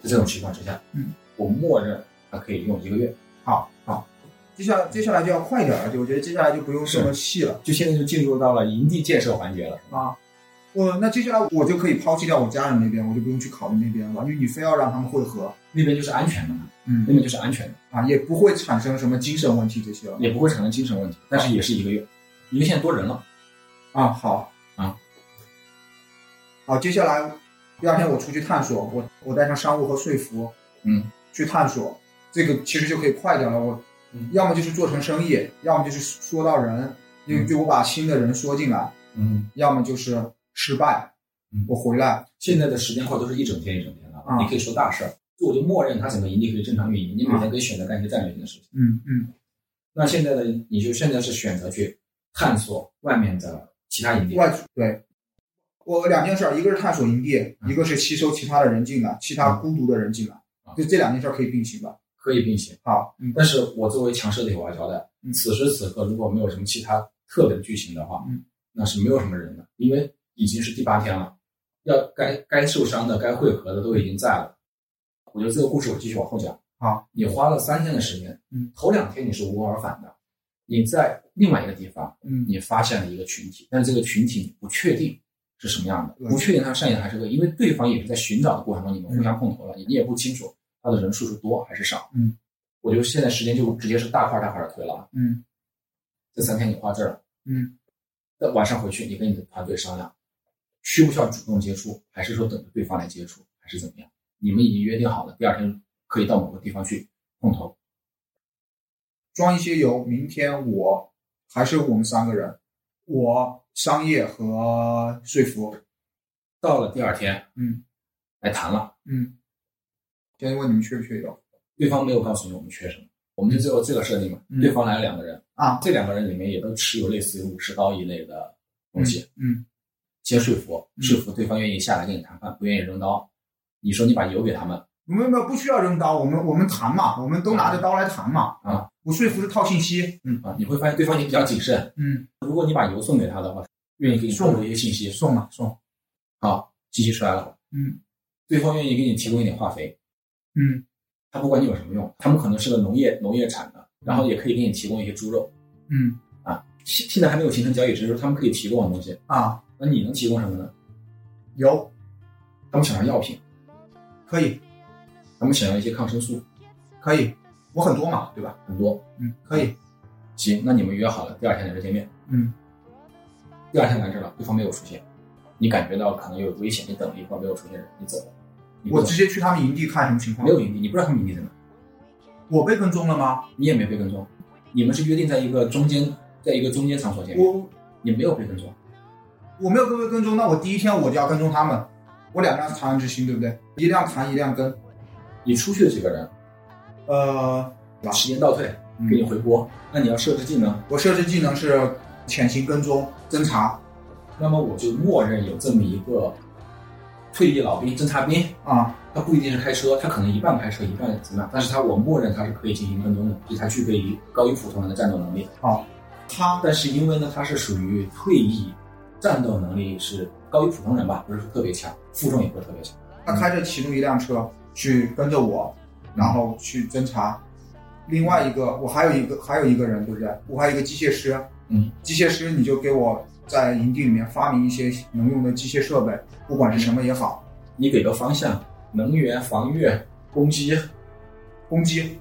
S4: 在这种情况之下，
S3: 嗯，
S4: 我默认它可以用一个月。
S3: 好好，接下来接下来就要快一点了，就我觉得接下来就不用这么细了
S4: 就现在就进入到了营地建设环节了。
S3: 啊。我那接下来我就可以抛弃掉我家人那边，我就不用去考虑那边了，因为你非要让他们会合，
S4: 那边就是安全的嘛，那
S3: 嗯
S4: 边就是安全的，
S3: 啊，也不会产生什么精神问题这些了
S4: 也不会产生精神问题。但是也是一个月，因为现在多人了，
S3: 啊。好
S4: 啊，
S3: 好，接下来第二天我出去探索，我我带上商务和说服，
S4: 嗯，
S3: 去探索，这个其实就可以快点了。我、
S4: 嗯
S3: 要么就是做成生意，要么就是说到人，因为
S4: 嗯
S3: 就我把新的人说进来，
S4: 嗯，
S3: 要么就是失败
S4: 嗯，
S3: 我回来
S4: 现在的时间块都是一整天一整天的，
S3: 啊
S4: 你可以说大事儿，就我就默认它整个营地可以正常运营，你每天可以选择干一些战略性的事情。
S3: 嗯嗯
S4: 那现在的你就现在是选择去探索外面的其他营地，
S3: 外出对。我两件事儿，一个是探索营地，
S4: 嗯
S3: 一个是吸收其他的人进来，其他孤独的人进来
S4: 啊，
S3: 就这两件事儿可以并行吧。
S4: 可以并行。
S3: 好，嗯
S4: 但是我作为强势的我要交代
S3: 嗯，
S4: 此时此刻如果没有什么其他特别的剧情的话，
S3: 嗯
S4: 那是没有什么人的，因为已经是第八天了，要该该受伤的、该汇合的都已经在了。我觉得这个故事我继续往后讲。
S3: 好，
S4: 你花了三天的时间，
S3: 嗯，
S4: 头两天你是无功而返的，你在另外一个地方，
S3: 嗯
S4: 你发现了一个群体，但是这个群体你不确定是什么样的，
S3: 对
S4: 不确定他善意还是恶意，因为对方也是在寻找的过程中，你们互相碰头了，你也不清楚他的人数是多还是少。
S3: 嗯，
S4: 我觉得现在时间就直接是大块大块的推了啊，
S3: 嗯
S4: 这三天你花这儿了，
S3: 嗯
S4: 那晚上回去你跟你的团队商量，需不需要主动接触，还是说等着对方来接触，还是怎么样？你们已经约定好了，第二天可以到某个地方去碰头。
S3: 装一些油。明天我还是我们三个人，我商业和说服。
S4: 到了第二天，
S3: 嗯，
S4: 来谈了。
S3: 嗯，先问你们缺不缺油
S4: 对方没有告诉你我们缺什么，我们就最后这个设定嘛。
S3: 嗯
S4: 对方来了两个人，
S3: 啊？
S4: 这两个人里面也都持有类似于武士刀一类的东西，
S3: 嗯
S4: 先说服，
S3: 嗯
S4: 说服对方愿意下来跟你谈判，不愿意扔刀。你说你把油给他们，
S3: 我们不不需要扔刀，我们我们谈嘛，我们都拿着刀来谈嘛。
S4: 啊，
S3: 我说服是套信息。嗯
S4: 啊，你会发现对方也比较谨慎。
S3: 嗯，
S4: 如果你把油送给他的话，愿意给你透露一些信息，
S3: 送了送。
S4: 好，信息出来了，
S3: 嗯
S4: 对方愿意给你提供一点化肥，
S3: 嗯
S4: 他不管你有什么用，他们可能是个农业农业产的，然后也可以给你提供一些猪肉。
S3: 嗯
S4: 现现在还没有形成交易值，就是他们可以提供的东西，
S3: 啊，
S4: 那你能提供什么呢？
S3: 油
S4: 他们想要药品，
S3: 可以
S4: 他们想要一些抗生素，
S3: 可以，我很多嘛，对吧？
S4: 很多。
S3: 嗯，可以。
S4: 行，那你们约好了，第二天在这见面。
S3: 嗯
S4: 第二天来这了，对方没有出现，你感觉到可能有危险，你等了一会儿没有出现人，你走了。嗯你不
S3: 我
S4: 走
S3: 直接去他们营地看什么情况
S4: 没。有营地，你不知道他们营地在哪，
S3: 我被跟踪了吗？
S4: 你也没有被跟踪，你们是约定在一个中间，在一个中间场所见面，
S3: 我
S4: 你没有被跟踪。
S3: 我没有跟跟踪，那我第一天我就要跟踪他们。我两辆长安之星，对不对？一辆弹一辆跟。
S4: 你出去的几个人，
S3: 呃，吧
S4: 时间倒退
S3: 嗯
S4: 给你回拨，那你要设置技能，
S3: 我设置技能是潜行、跟踪、侦查
S4: 那么我就默认有这么一个退役老兵侦察兵，
S3: 啊。
S4: 他不一定是开车，他可能一半开车一半怎么样，但是他我默认他是可以进行跟踪的，所以他具备于高于普通人的战斗能力。
S3: 他
S4: 但是因为呢，他是属于退役，战斗能力是高于普通人吧，不是说特别强，负重也不是特别强。
S3: 他开着其中一辆车去跟着我，然后去侦查。另外一个，我还有一个还有一个人，对不对？我还有一个机械师，
S4: 嗯，
S3: 机械师你就给我在营地里面发明一些能用的机械设备，不管是什么也好，
S4: 你给个方向，能源、防御、攻击、
S3: 攻击、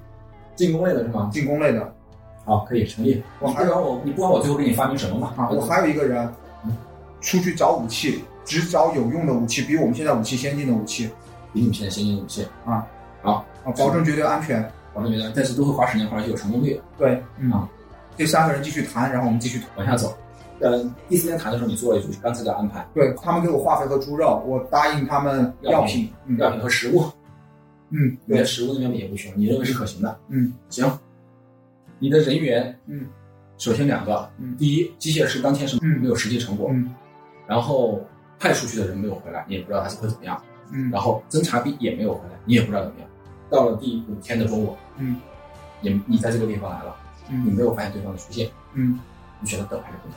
S4: 进攻类的是吗？
S3: 进攻类的
S4: 好，可以成立。
S3: 我
S4: 你
S3: 还
S4: 不管我，你不管我最后给你发明什么嘛？
S3: 啊。我还有一个人
S4: 嗯
S3: 出去找武器，只找有用的武器，比我们现在武器先进的武器
S4: 比你们现在先进武器
S3: 啊
S4: 好，
S3: 啊，保证绝对安全。
S4: 保证没单，但是都会花时间，而且有成功率。
S3: 对，嗯
S4: 啊，
S3: 这三个人继续谈，然后我们继续谈。
S4: 往下走。呃，第四天谈的时候，你做了一组刚才的安排，
S3: 对他们给我化肥和猪肉，我答应他们药品，嗯
S4: 药品和食物，
S3: 嗯，
S4: 你的
S3: 对，
S4: 食物那边也不缺，你认为是可行的。
S3: 嗯，
S4: 行。你的人员，
S3: 嗯，
S4: 首先两个，
S3: 嗯
S4: 第一，机械师当天是
S3: 嗯
S4: 没有实际成果，
S3: 嗯
S4: 然后派出去的人没有回来，你也不知道他是会怎么样，
S3: 嗯
S4: 然后侦察兵也没有回来，你也不知道怎么样。到了第五天的中午，
S3: 嗯，
S4: 你你在这个地方来了，你
S3: 嗯
S4: 没有发现对方的出现，
S3: 嗯，
S4: 你选择等还是不等？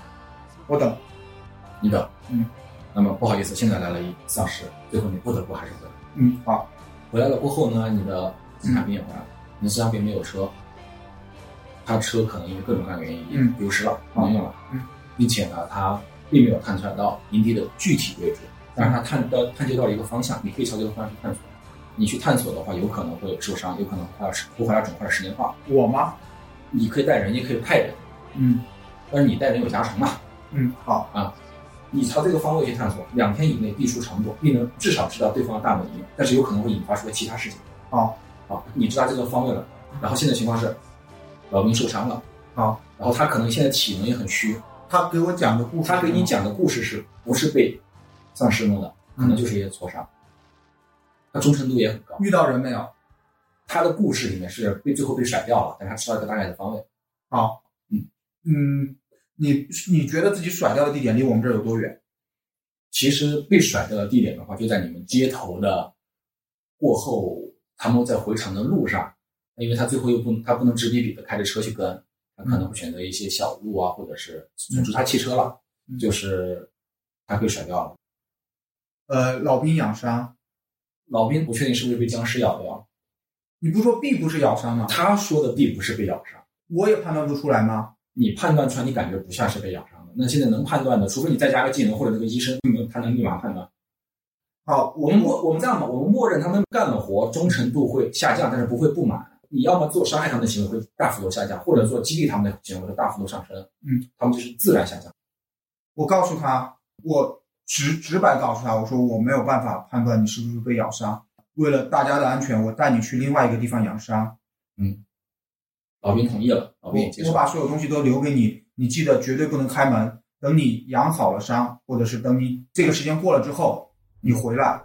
S3: 我等，
S4: 你等，
S3: 嗯。
S4: 那么不好意思，现在来了一丧尸，最后你不得不还是回来。
S3: 嗯，好，嗯
S4: 回来了过后呢，你的侦察兵也回来了，你的侦察兵没有车，他车可能因为各种各样的原因也
S3: 嗯
S4: 丢失了，
S3: 啊
S4: 没有了
S3: 嗯，
S4: 并且呢，他并没有探测到营地的具体位置，但
S3: 嗯
S4: 是他探到探测到了一个方向，你可以朝这个方向去探索。你去探索的话，有可能会受伤，有可能会要破坏到整块的石年画。
S3: 我吗？
S4: 你可以带人，也可以派人，
S3: 嗯
S4: 但是你带人有加成嘛？
S3: 嗯，好，
S4: 你朝这个方位去探索，两天以内必出成果，并能至少知道对方的大本营，但是有可能会引发出其他事情。
S3: 好，
S4: 好，你知道这个方位了，然后现在情况是，老兵受伤了，
S3: 好，
S4: 然后他可能现在体能也很虚，
S3: 他给我讲个故事，
S4: 他给你，讲的故事是不是被丧尸弄的，可能就是一些挫伤，他忠诚度也很高，
S3: 遇到人没有？
S4: 他的故事里面是被最后被甩掉了，但他知道一个大概的方位，
S3: 好，
S4: 嗯
S3: 嗯，你你觉得自己甩掉的地点离我们这儿有多远？
S4: 其实被甩掉的地点的话，就在你们街头的过后，他们在回程的路上，因为他最后又不他不能直逼比的开着车去跟，他可能会选择一些小路啊，或者是存出他汽车了，
S3: 嗯
S4: 就是他被甩掉了。
S3: 呃，老兵养伤，
S4: 老兵不确定是不是被僵尸咬掉，
S3: 你不说 B 不是咬伤吗？
S4: 他说的并不是被咬伤，
S3: 我也判断不出来吗？
S4: 你判断出来，你感觉不像是被咬伤的。那现在能判断的，除非你再加个技能或者那个医生，能他能立马判断。
S3: 好，
S4: 我
S3: 我
S4: 们
S3: 们
S4: 默我们这样吧，我们默认他们干的活忠诚度会下降，但是不会不满。你要么做伤害他们的行为会大幅度下降，或者做激励他们的行为会大幅度上升。
S3: 嗯，
S4: 他们就是自然下降。
S3: 我告诉他，我直直白告诉他，我说我没有办法判断你是不是被咬伤。为了大家的安全，我带你去另外一个地方养伤。
S4: 老兵同意了，老
S3: 我
S4: 兵也哦接
S3: 我
S4: 受。
S3: 把所有东西都留给你，你记得绝对不能开门。等你养好了伤，或者是等你这个时间过了之后，你回来。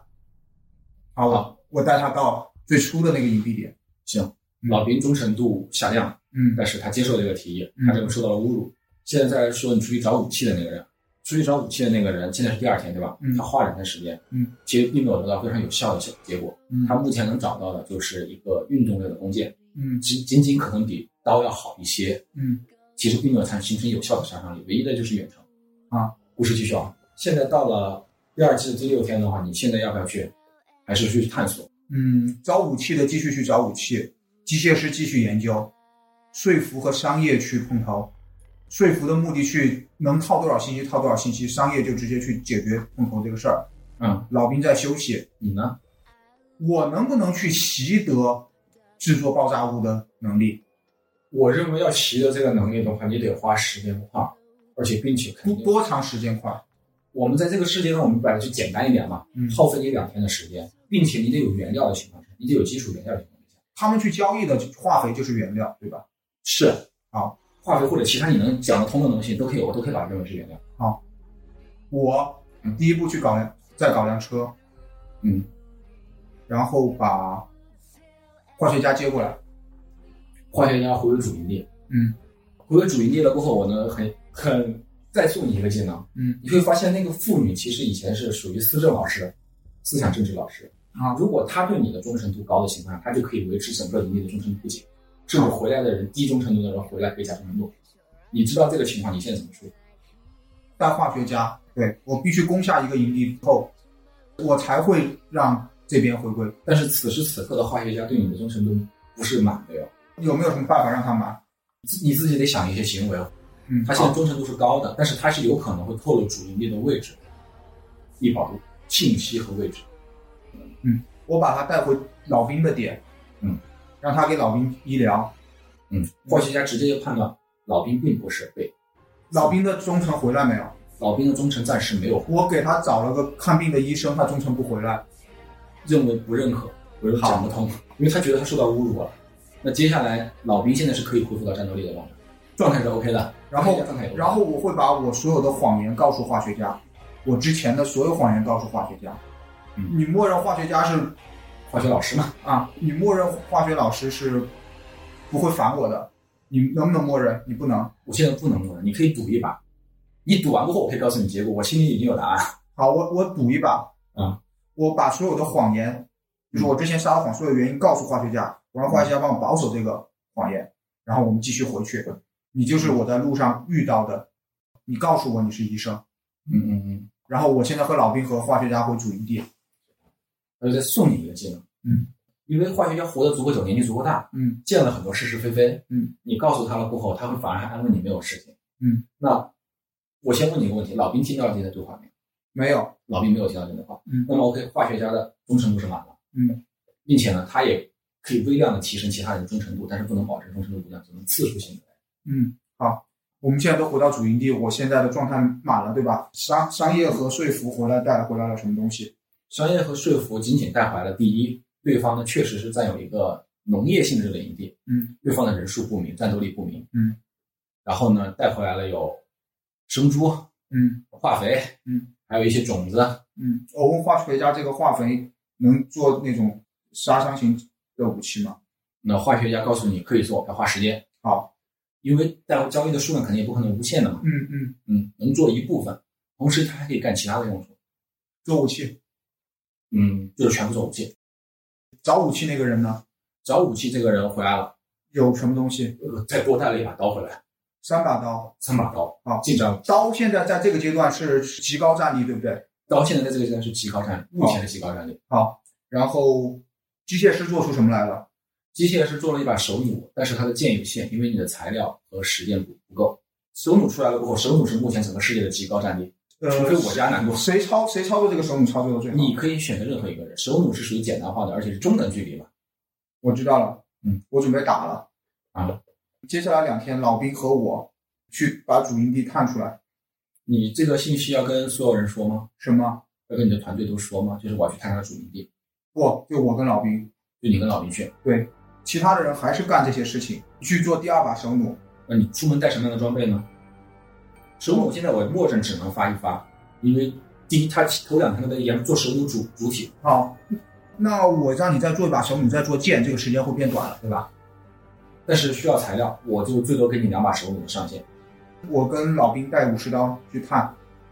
S3: 好，我
S4: 好
S3: 我带他到最初的那个营地点。
S4: 行，
S3: 嗯
S4: 老兵忠诚度下降，
S3: 嗯
S4: 但是他接受这个提议
S3: 嗯，
S4: 他这个受到了侮辱。现在再来说你出去找武器的那个人，出去找武器的那个人，现在是第二天对吧？
S3: 嗯
S4: 他花两天时间，
S3: 嗯，
S4: 其实并没有得到非常有效的效结果。
S3: 嗯
S4: 他目前能找到的就是一个运动类的弓箭，
S3: 嗯
S4: 仅仅仅可能比刀要好一些，
S3: 嗯
S4: 其实并没有产形成有效的杀伤力，唯一的就是远程。
S3: 啊，
S4: 故事继续啊。现在到了第二季的第六天的话，你现在要不要去？还是去探索？
S3: 嗯，找武器的继续去找武器，机械师继续研究，说服和商业去碰头。说服的目的去能套多少信息套多少信息，商业就直接去解决碰头这个事儿。
S4: 嗯，
S3: 老兵在休息，
S4: 你呢？
S3: 我能不能去习得制作爆炸物的能力？
S4: 我认为要习得这个能力的话，你得花时间块，而且并且肯
S3: 多
S4: 定。
S3: 多长时间块？
S4: 我们在这个世界上，我们本来就简单一点嘛，
S3: 嗯
S4: 耗费你两天的时间，并且你得有原料的情况下，你得有基础原料的情况下，
S3: 他们去交易的化肥就是原料，对吧？
S4: 是
S3: 好，
S4: 啊化肥或者其他你能讲得通的东西，都可以，我都可以把它认为是原料。
S3: 我
S4: 嗯
S3: 第一步去搞辆，再搞辆车，
S4: 嗯，
S3: 然后把化学家接过来。
S4: 化学家回归主营地，
S3: 嗯
S4: 回归主营地了过后，我呢很很再送你一个技能，
S3: 嗯，
S4: 你会发现那个妇女其实以前是属于思政老师，思想政治老师
S3: 啊
S4: 如果她对你的忠诚度高的情况下，她就可以维持整个营地的忠诚度不减，甚至回来的人低忠诚度的人回来可以加忠诚度。你知道这个情况，你现在怎么说？
S3: 带化学家，对我必须攻下一个营地之后，我才会让这边回归。
S4: 但是此时此刻的化学家对你的忠诚度不是满的哟，
S3: 有没有什么办法让他买？
S4: 自你自己得想一些行为。哦
S3: 嗯，
S4: 他现在忠诚度是高的，但是他是有可能会透露主营地的位置、地保路、信息和位置。
S3: 我把他带回老兵的点，
S4: 嗯，
S3: 让他给老兵医疗。
S4: 嗯，化学家直接就判断老兵并不是被
S3: 老兵的忠诚回来没有？
S4: 老兵的忠诚暂时没有
S3: 我给他找了个看病的医生，他忠诚不回来。
S4: 认为不认可，不认可
S3: 好
S4: 讲不通，因为他觉得他受到侮辱了。那接下来老兵现在是可以恢复到战斗力的状态，状态是 OK 的。
S3: 然后
S4: 状态也 OK
S3: 然后我会把我所有的谎言告诉化学家，我之前的所有谎言告诉化学家。
S4: 嗯
S3: 你默认化学家是
S4: 化学老师嘛，
S3: 啊，你默认化学老师是不会烦我的，你能不能默认？你不能。
S4: 我现在不能弄了，你可以赌一把。你赌完过后，我可以告诉你结果，我心里已经有答案。
S3: 好，我我赌一把
S4: 啊，
S3: 我把所有的谎言，就是我之前撒的谎所有原因告诉化学家，我让化学家帮我保守这个谎言，然后我们继续回去。你就是我在路上遇到的，你告诉我你是医生，
S4: 嗯嗯嗯，
S3: 然后我现在和老兵和化学家回主营地。
S4: 我就再送你一个技能。
S3: 嗯，
S4: 因为化学家活得足够久，年纪足够大，
S3: 嗯
S4: 见了很多是是非非，
S3: 嗯，
S4: 你告诉他了过后，他会反而还安慰你没有事情，
S3: 嗯。
S4: 那我先问你一个问题：老兵听到这些对话没有？
S3: 没有，
S4: 老兵没有听到这些话。
S3: 嗯
S4: 那么 OK，化学家的忠诚度是满了，
S3: 嗯，
S4: 并且呢，他也可以微量的提升其他人的忠诚度，但是不能保证忠诚度不降，只能次数性的。
S3: 嗯，好，我们现在都回到主营地，我现在的状态满了，对吧？商商业和说服回来带了回来了什么东西？
S4: 商业和说服仅仅带回来了第一，对方呢确实是占有一个农业性质的营地，
S3: 嗯，
S4: 对方的人数不明，战斗力不明，
S3: 嗯，
S4: 然后呢带回来了有生猪、
S3: 嗯
S4: 化肥，
S3: 嗯，
S4: 还有一些种子，
S3: 嗯，我问化学家这个化肥能做那种杀伤型的武器吗？
S4: 那化学家告诉你可以做，要花时间。
S3: 好，
S4: 因为带交易的数量肯定也不可能无限的嘛。
S3: 嗯嗯，
S4: 嗯，能做一部分，同时它还可以干其他的用途。
S3: 做武器，
S4: 嗯，就是全部做武器。
S3: 找武器那个人呢？
S4: 找武器这个人回来了，
S3: 有什么东西？
S4: 呃再多带了一把刀回来，
S3: 三把刀，
S4: 三把刀
S3: 啊
S4: 进账。
S3: 刀现在在这个阶段是极高战力，对不对？
S4: 刀现在在这个阶段是极高战力，目前的极高战力。
S3: 好，然后机械师做出什么来了？
S4: 机械师做了一把手弩，但是它的剑有限，因为你的材料和实验不不够。手弩出来了过后，手弩是目前整个世界的极高战力，
S3: 呃，
S4: 除非我家难过。
S3: 谁操谁操作这个手弩操作的最好？
S4: 你可以选择任何一个人，手弩是属于简单化的，而且是中等距离嘛。
S3: 我知道了，
S4: 嗯，
S3: 我准备打了
S4: 啊。
S3: 接下来两天，老兵和我去把主营地探出来，
S4: 你这个信息要跟所有人说吗？
S3: 什么？
S4: 要跟你的团队都说吗？就是我要去探查主营地，
S3: 不，就我跟老兵，
S4: 就你跟老林去。
S3: 其他的人还是干这些事情，去做第二把手弩。
S4: 那你出门带什么样的装备呢？手弩现在我默认只能发一发，因为第一，它头两天的研做手弩主主体，
S3: 好，那我让你再做一把手弩，再做剑，这个时间会变短了，对吧？
S4: 但是需要材料，我就最多给你两把手弩的上限。
S3: 我跟老兵带武士刀去探，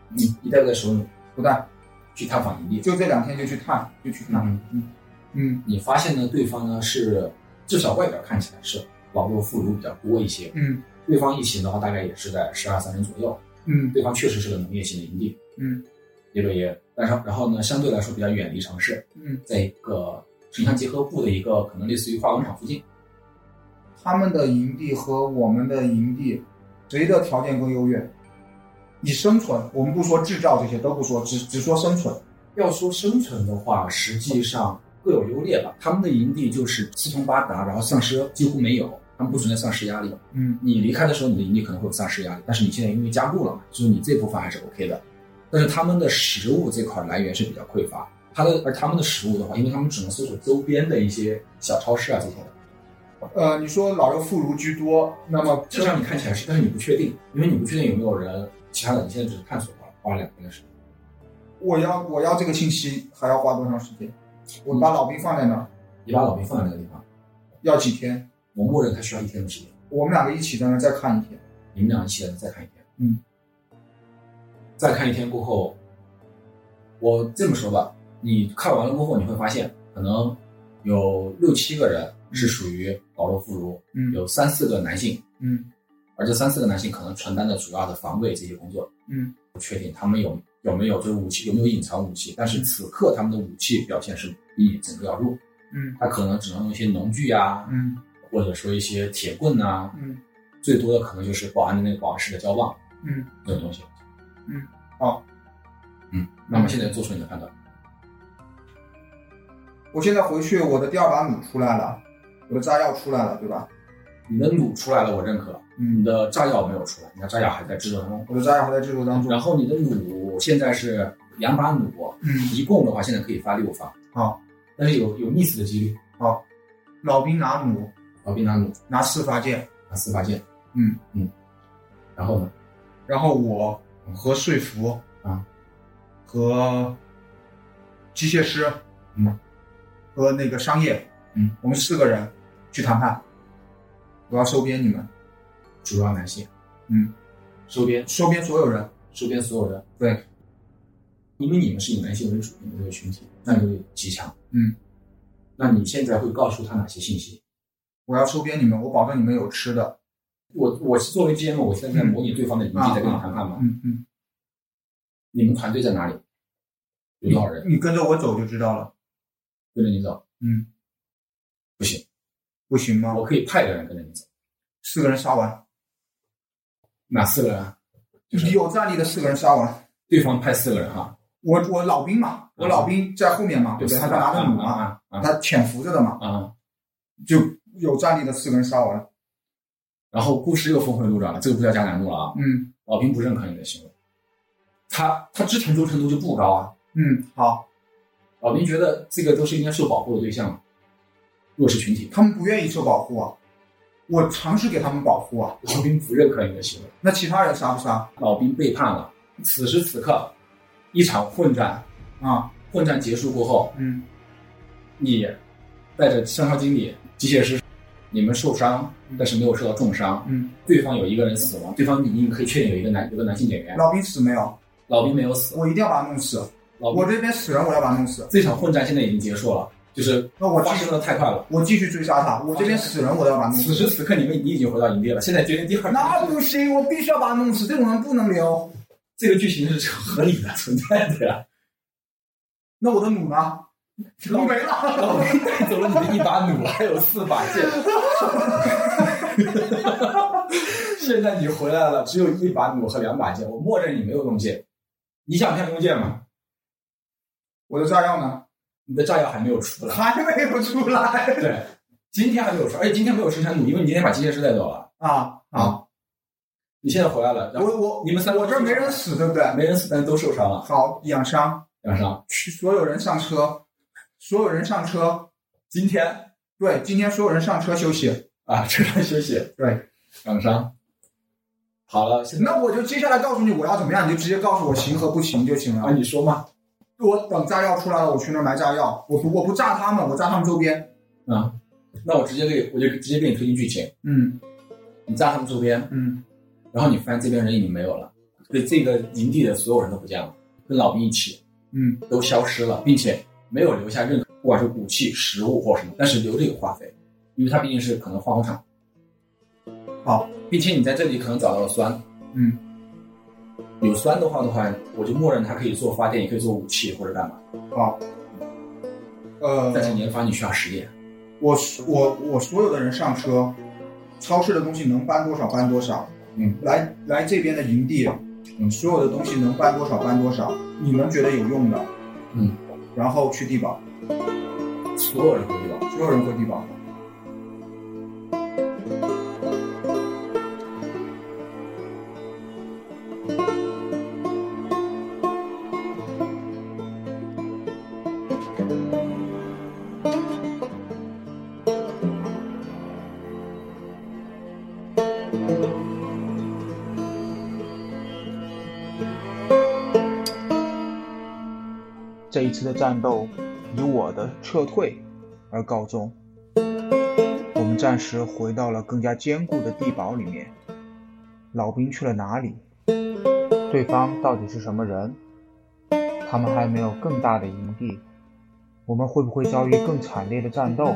S4: 你你带不带手弩
S3: 不带，
S4: 去探访营地？
S3: 就这两天就去探，就去探。
S4: 嗯
S3: 嗯
S4: 你发现呢，对方呢是至少外表看起来是老弱妇孺比较多一些，
S3: 嗯
S4: 对方一行的话大概也是在十二三人左右，
S3: 嗯
S4: 对方确实是个农业型的营地，
S3: 嗯
S4: 对不对？但是然后呢，相对来说比较远离城市，
S3: 嗯，
S4: 在一个城乡结合部的一个可能类似于化工厂附近。
S3: 他们的营地和我们的营地，谁的条件更优越？以生存，我们不说制造这些都不说，只只说生存。
S4: 要说生存的话，实际上各有优劣吧。他们的营地就是四通八达，然后丧尸几乎没有，他们不存在丧尸压力。
S3: 嗯
S4: 你离开的时候，你的营地可能会有丧尸压力，但是你现在因为加固了嘛，所以你这部分还是 OK 的。但是他们的食物这块来源是比较匮乏，他的而他们的食物的话，因为他们只能搜索周边的一些小超市啊这些的。，
S3: 呃，你说老弱妇孺居多，那么
S4: 至少你看起来是，但是你不确定，因为你不确定有没有人其他的。你现在只是探索了，花了两天的时间。
S3: 我要我要这个信息还要花多长时间？我把老兵放在那儿
S4: 你把老兵放在那个地方，
S3: 要几天？
S4: 我默认他需要一天的时间。
S3: 我们两个一起在那儿再看一天。
S4: 你们俩一起来再看一天，
S3: 嗯，
S4: 再看一天过后，我这么说吧，你看完了过后，你会发现可能有六七个人是属于老弱妇孺，
S3: 嗯
S4: 有三四个男性，
S3: 嗯
S4: 而这三四个男性可能承担着主要的防卫这些工作。
S3: 嗯
S4: 不确定他们有有没有这个武器，有没有隐藏武器，但是此刻他们的武器表现是比你整个要弱，
S3: 嗯
S4: 他可能只能用一些农具啊，
S3: 嗯
S4: 或者说一些铁棍啊，
S3: 嗯，
S4: 最多的可能就是保安的那个保安室的胶棒，
S3: 嗯，
S4: 这种东西。
S3: 嗯，好，
S4: 嗯，那么现在做出你的判断，
S3: 我现在回去，我的第二把弩出来了，我的炸药出来了，对吧？
S4: 你的弩出来了，我认可，你
S3: 嗯，
S4: 的炸药没有出来，你的炸药还在制作当中。
S3: 我的炸药还在制作当中。
S4: 然后你的弩现在是两把弩，
S3: 嗯，
S4: 一共的话现在可以发六发，
S3: 好，
S4: 但是有有溺死的几率，
S3: 好，老兵拿弩，
S4: 老兵拿弩
S3: 拿四发箭，
S4: 拿四发箭，
S3: 嗯
S4: 嗯，然后呢？
S3: 然后我和说服
S4: 啊，
S3: 和机械师，
S4: 嗯，
S3: 和那个商业，
S4: 嗯，
S3: 我们四个人去谈判，我要收编你们，
S4: 主要男性，
S3: 嗯，
S4: 收编
S3: 收编所有人，
S4: 收编所有人，
S3: 对，
S4: 因为你们是以男性为主，你们这个群体战斗力极强，
S3: 嗯，
S4: 那你现在会告诉他哪些信息？
S3: 我要收编你们，我保证你们有吃的，
S4: 我我是作为 GM，我现在在模拟对方的营地，在跟你谈判嘛。
S3: 嗯嗯，
S4: 你们团队在哪里？有多少人
S3: 你跟着我走就知道了，
S4: 跟着你走？
S3: 嗯，
S4: 不行，
S3: 不行吗
S4: 我？可以派一个人跟着你走。
S3: 四个人杀完，
S4: 哪四个人啊？就是
S3: 有战力的四个人杀完。
S4: 对方派四个人啊哈，
S3: 我我老兵嘛，我老兵在后面嘛，
S4: 有
S3: 对不
S4: 四个
S3: 对？他
S4: 人
S3: 在拿着弩嘛，
S4: 啊啊啊
S3: 他潜伏着的嘛，
S4: 啊！
S3: 就有战力的四个人杀完。
S4: 然后故事又峰回路转了，这个不叫加难度了啊。
S3: 嗯
S4: 老兵不认可你的行为，他他之前忠诚度就不高啊。
S3: 嗯，好，
S4: 老兵觉得这个都是应该受保护的对象，弱势群体，
S3: 他们不愿意受保护啊，我尝试给他们保护啊。
S4: 老兵不认可你的行为，
S3: 那其他人杀不杀
S4: 老兵背叛了。此时此刻，一场混战，
S3: 啊？
S4: 混战结束过后，
S3: 嗯
S4: 你带着上校经理、机械师，你们受伤，但是没有受到重伤。
S3: 嗯，
S4: 对方有一个人死亡，对方已经可以确定有一个男有个男性演员，
S3: 老兵死没有？
S4: 老兵没有死。
S3: 我一定要把他弄死。
S4: 老兵
S3: 我这边死人，我要把他弄死。
S4: 这场混战现在已经结束了，就是
S3: 那我
S4: 发
S3: 继续
S4: 生的太快了。
S3: 我继续追杀他。我这边死人，我要把他弄
S4: 此
S3: 死。
S4: 时此刻，你们你已经回到营地了。现在决定第二
S3: 那不行，我必须要把他弄死，这种人不能留。
S4: 这个剧情是合理的存在的呀。
S3: 那我的弩呢？
S4: 老
S3: 弩没了。
S4: 老兵哦带走了你的一把弩，还有四把剑。 现在你回来了，只有一把弩和两把剑。我默认你没有用剑，你想不想用剑嘛？
S3: 我的炸药呢？
S4: 你的炸药还没有出来。
S3: 还没有出来
S4: 对，今天还没有出，而且今天没有生产弩，因为你今天把机械师带走了
S3: 啊！
S4: 啊。你现在回来了，然后
S3: 我我
S4: 你们三个
S3: 我这儿没人死，对不对？
S4: 没人死，但是都受伤了，
S3: 好，养伤，
S4: 两伤。
S3: 去所有人上车，所有人上车。
S4: 今天
S3: 对，今天所有人上车休息。
S4: 啊，车上休息，
S3: 对，
S4: 两伤。好了，现在
S3: 那我就接下来告诉你我要怎么样，你就直接告诉我行和不行就行了
S4: 啊，。你说嘛？
S3: 我等炸药出来了，我去那儿埋炸药。我不我不炸他们，我炸他们周边。
S4: 啊，那我直接给我就直接给你推进剧情，
S3: 嗯
S4: 你炸他们周边，
S3: 嗯
S4: 然后你发现这边人已经没有了，对这个营地的所有人都不见了，跟老兵一起，
S3: 嗯
S4: 都消失了，并且没有留下任何，不管是武器、食物或什么，但是留着有化肥，因为它毕竟是可能化工厂。
S3: 好，
S4: 并且你在这里可能找到了酸，
S3: 嗯，
S4: 有酸的话的话，我就默认它可以做发电，也可以做武器或者干嘛。
S3: 好。呃
S4: 但，是研发你需要实验，
S3: 我我我所有的人上车，超市的东西能搬多少搬多少。
S4: 嗯，
S3: 来来这边的营地，
S4: 嗯
S3: 所有的东西能搬多少搬多少，你们觉得有用的，
S4: 嗯，
S3: 然后去地堡，
S4: 所有人都有。
S3: 所有人回地堡。
S1: 这一次的战斗以我的撤退而告终。我们暂时回到了更加坚固的地堡里面。老兵去了哪里？对方到底是什么人？他们还没有更大的营地，我们会不会遭遇更惨烈的战斗？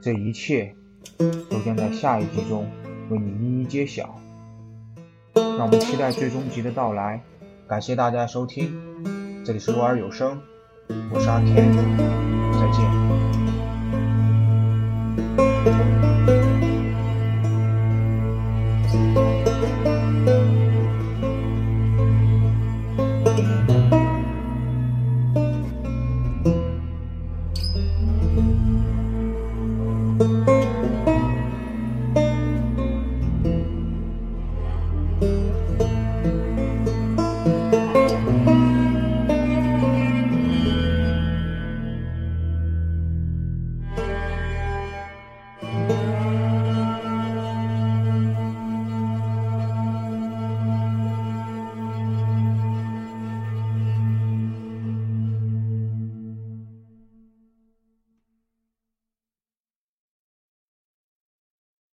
S1: 这一切都将在下一集中为你一一揭晓。让我们期待最终集的到来。感谢大家的收听，这里是落耳有声，我是阿天，再见。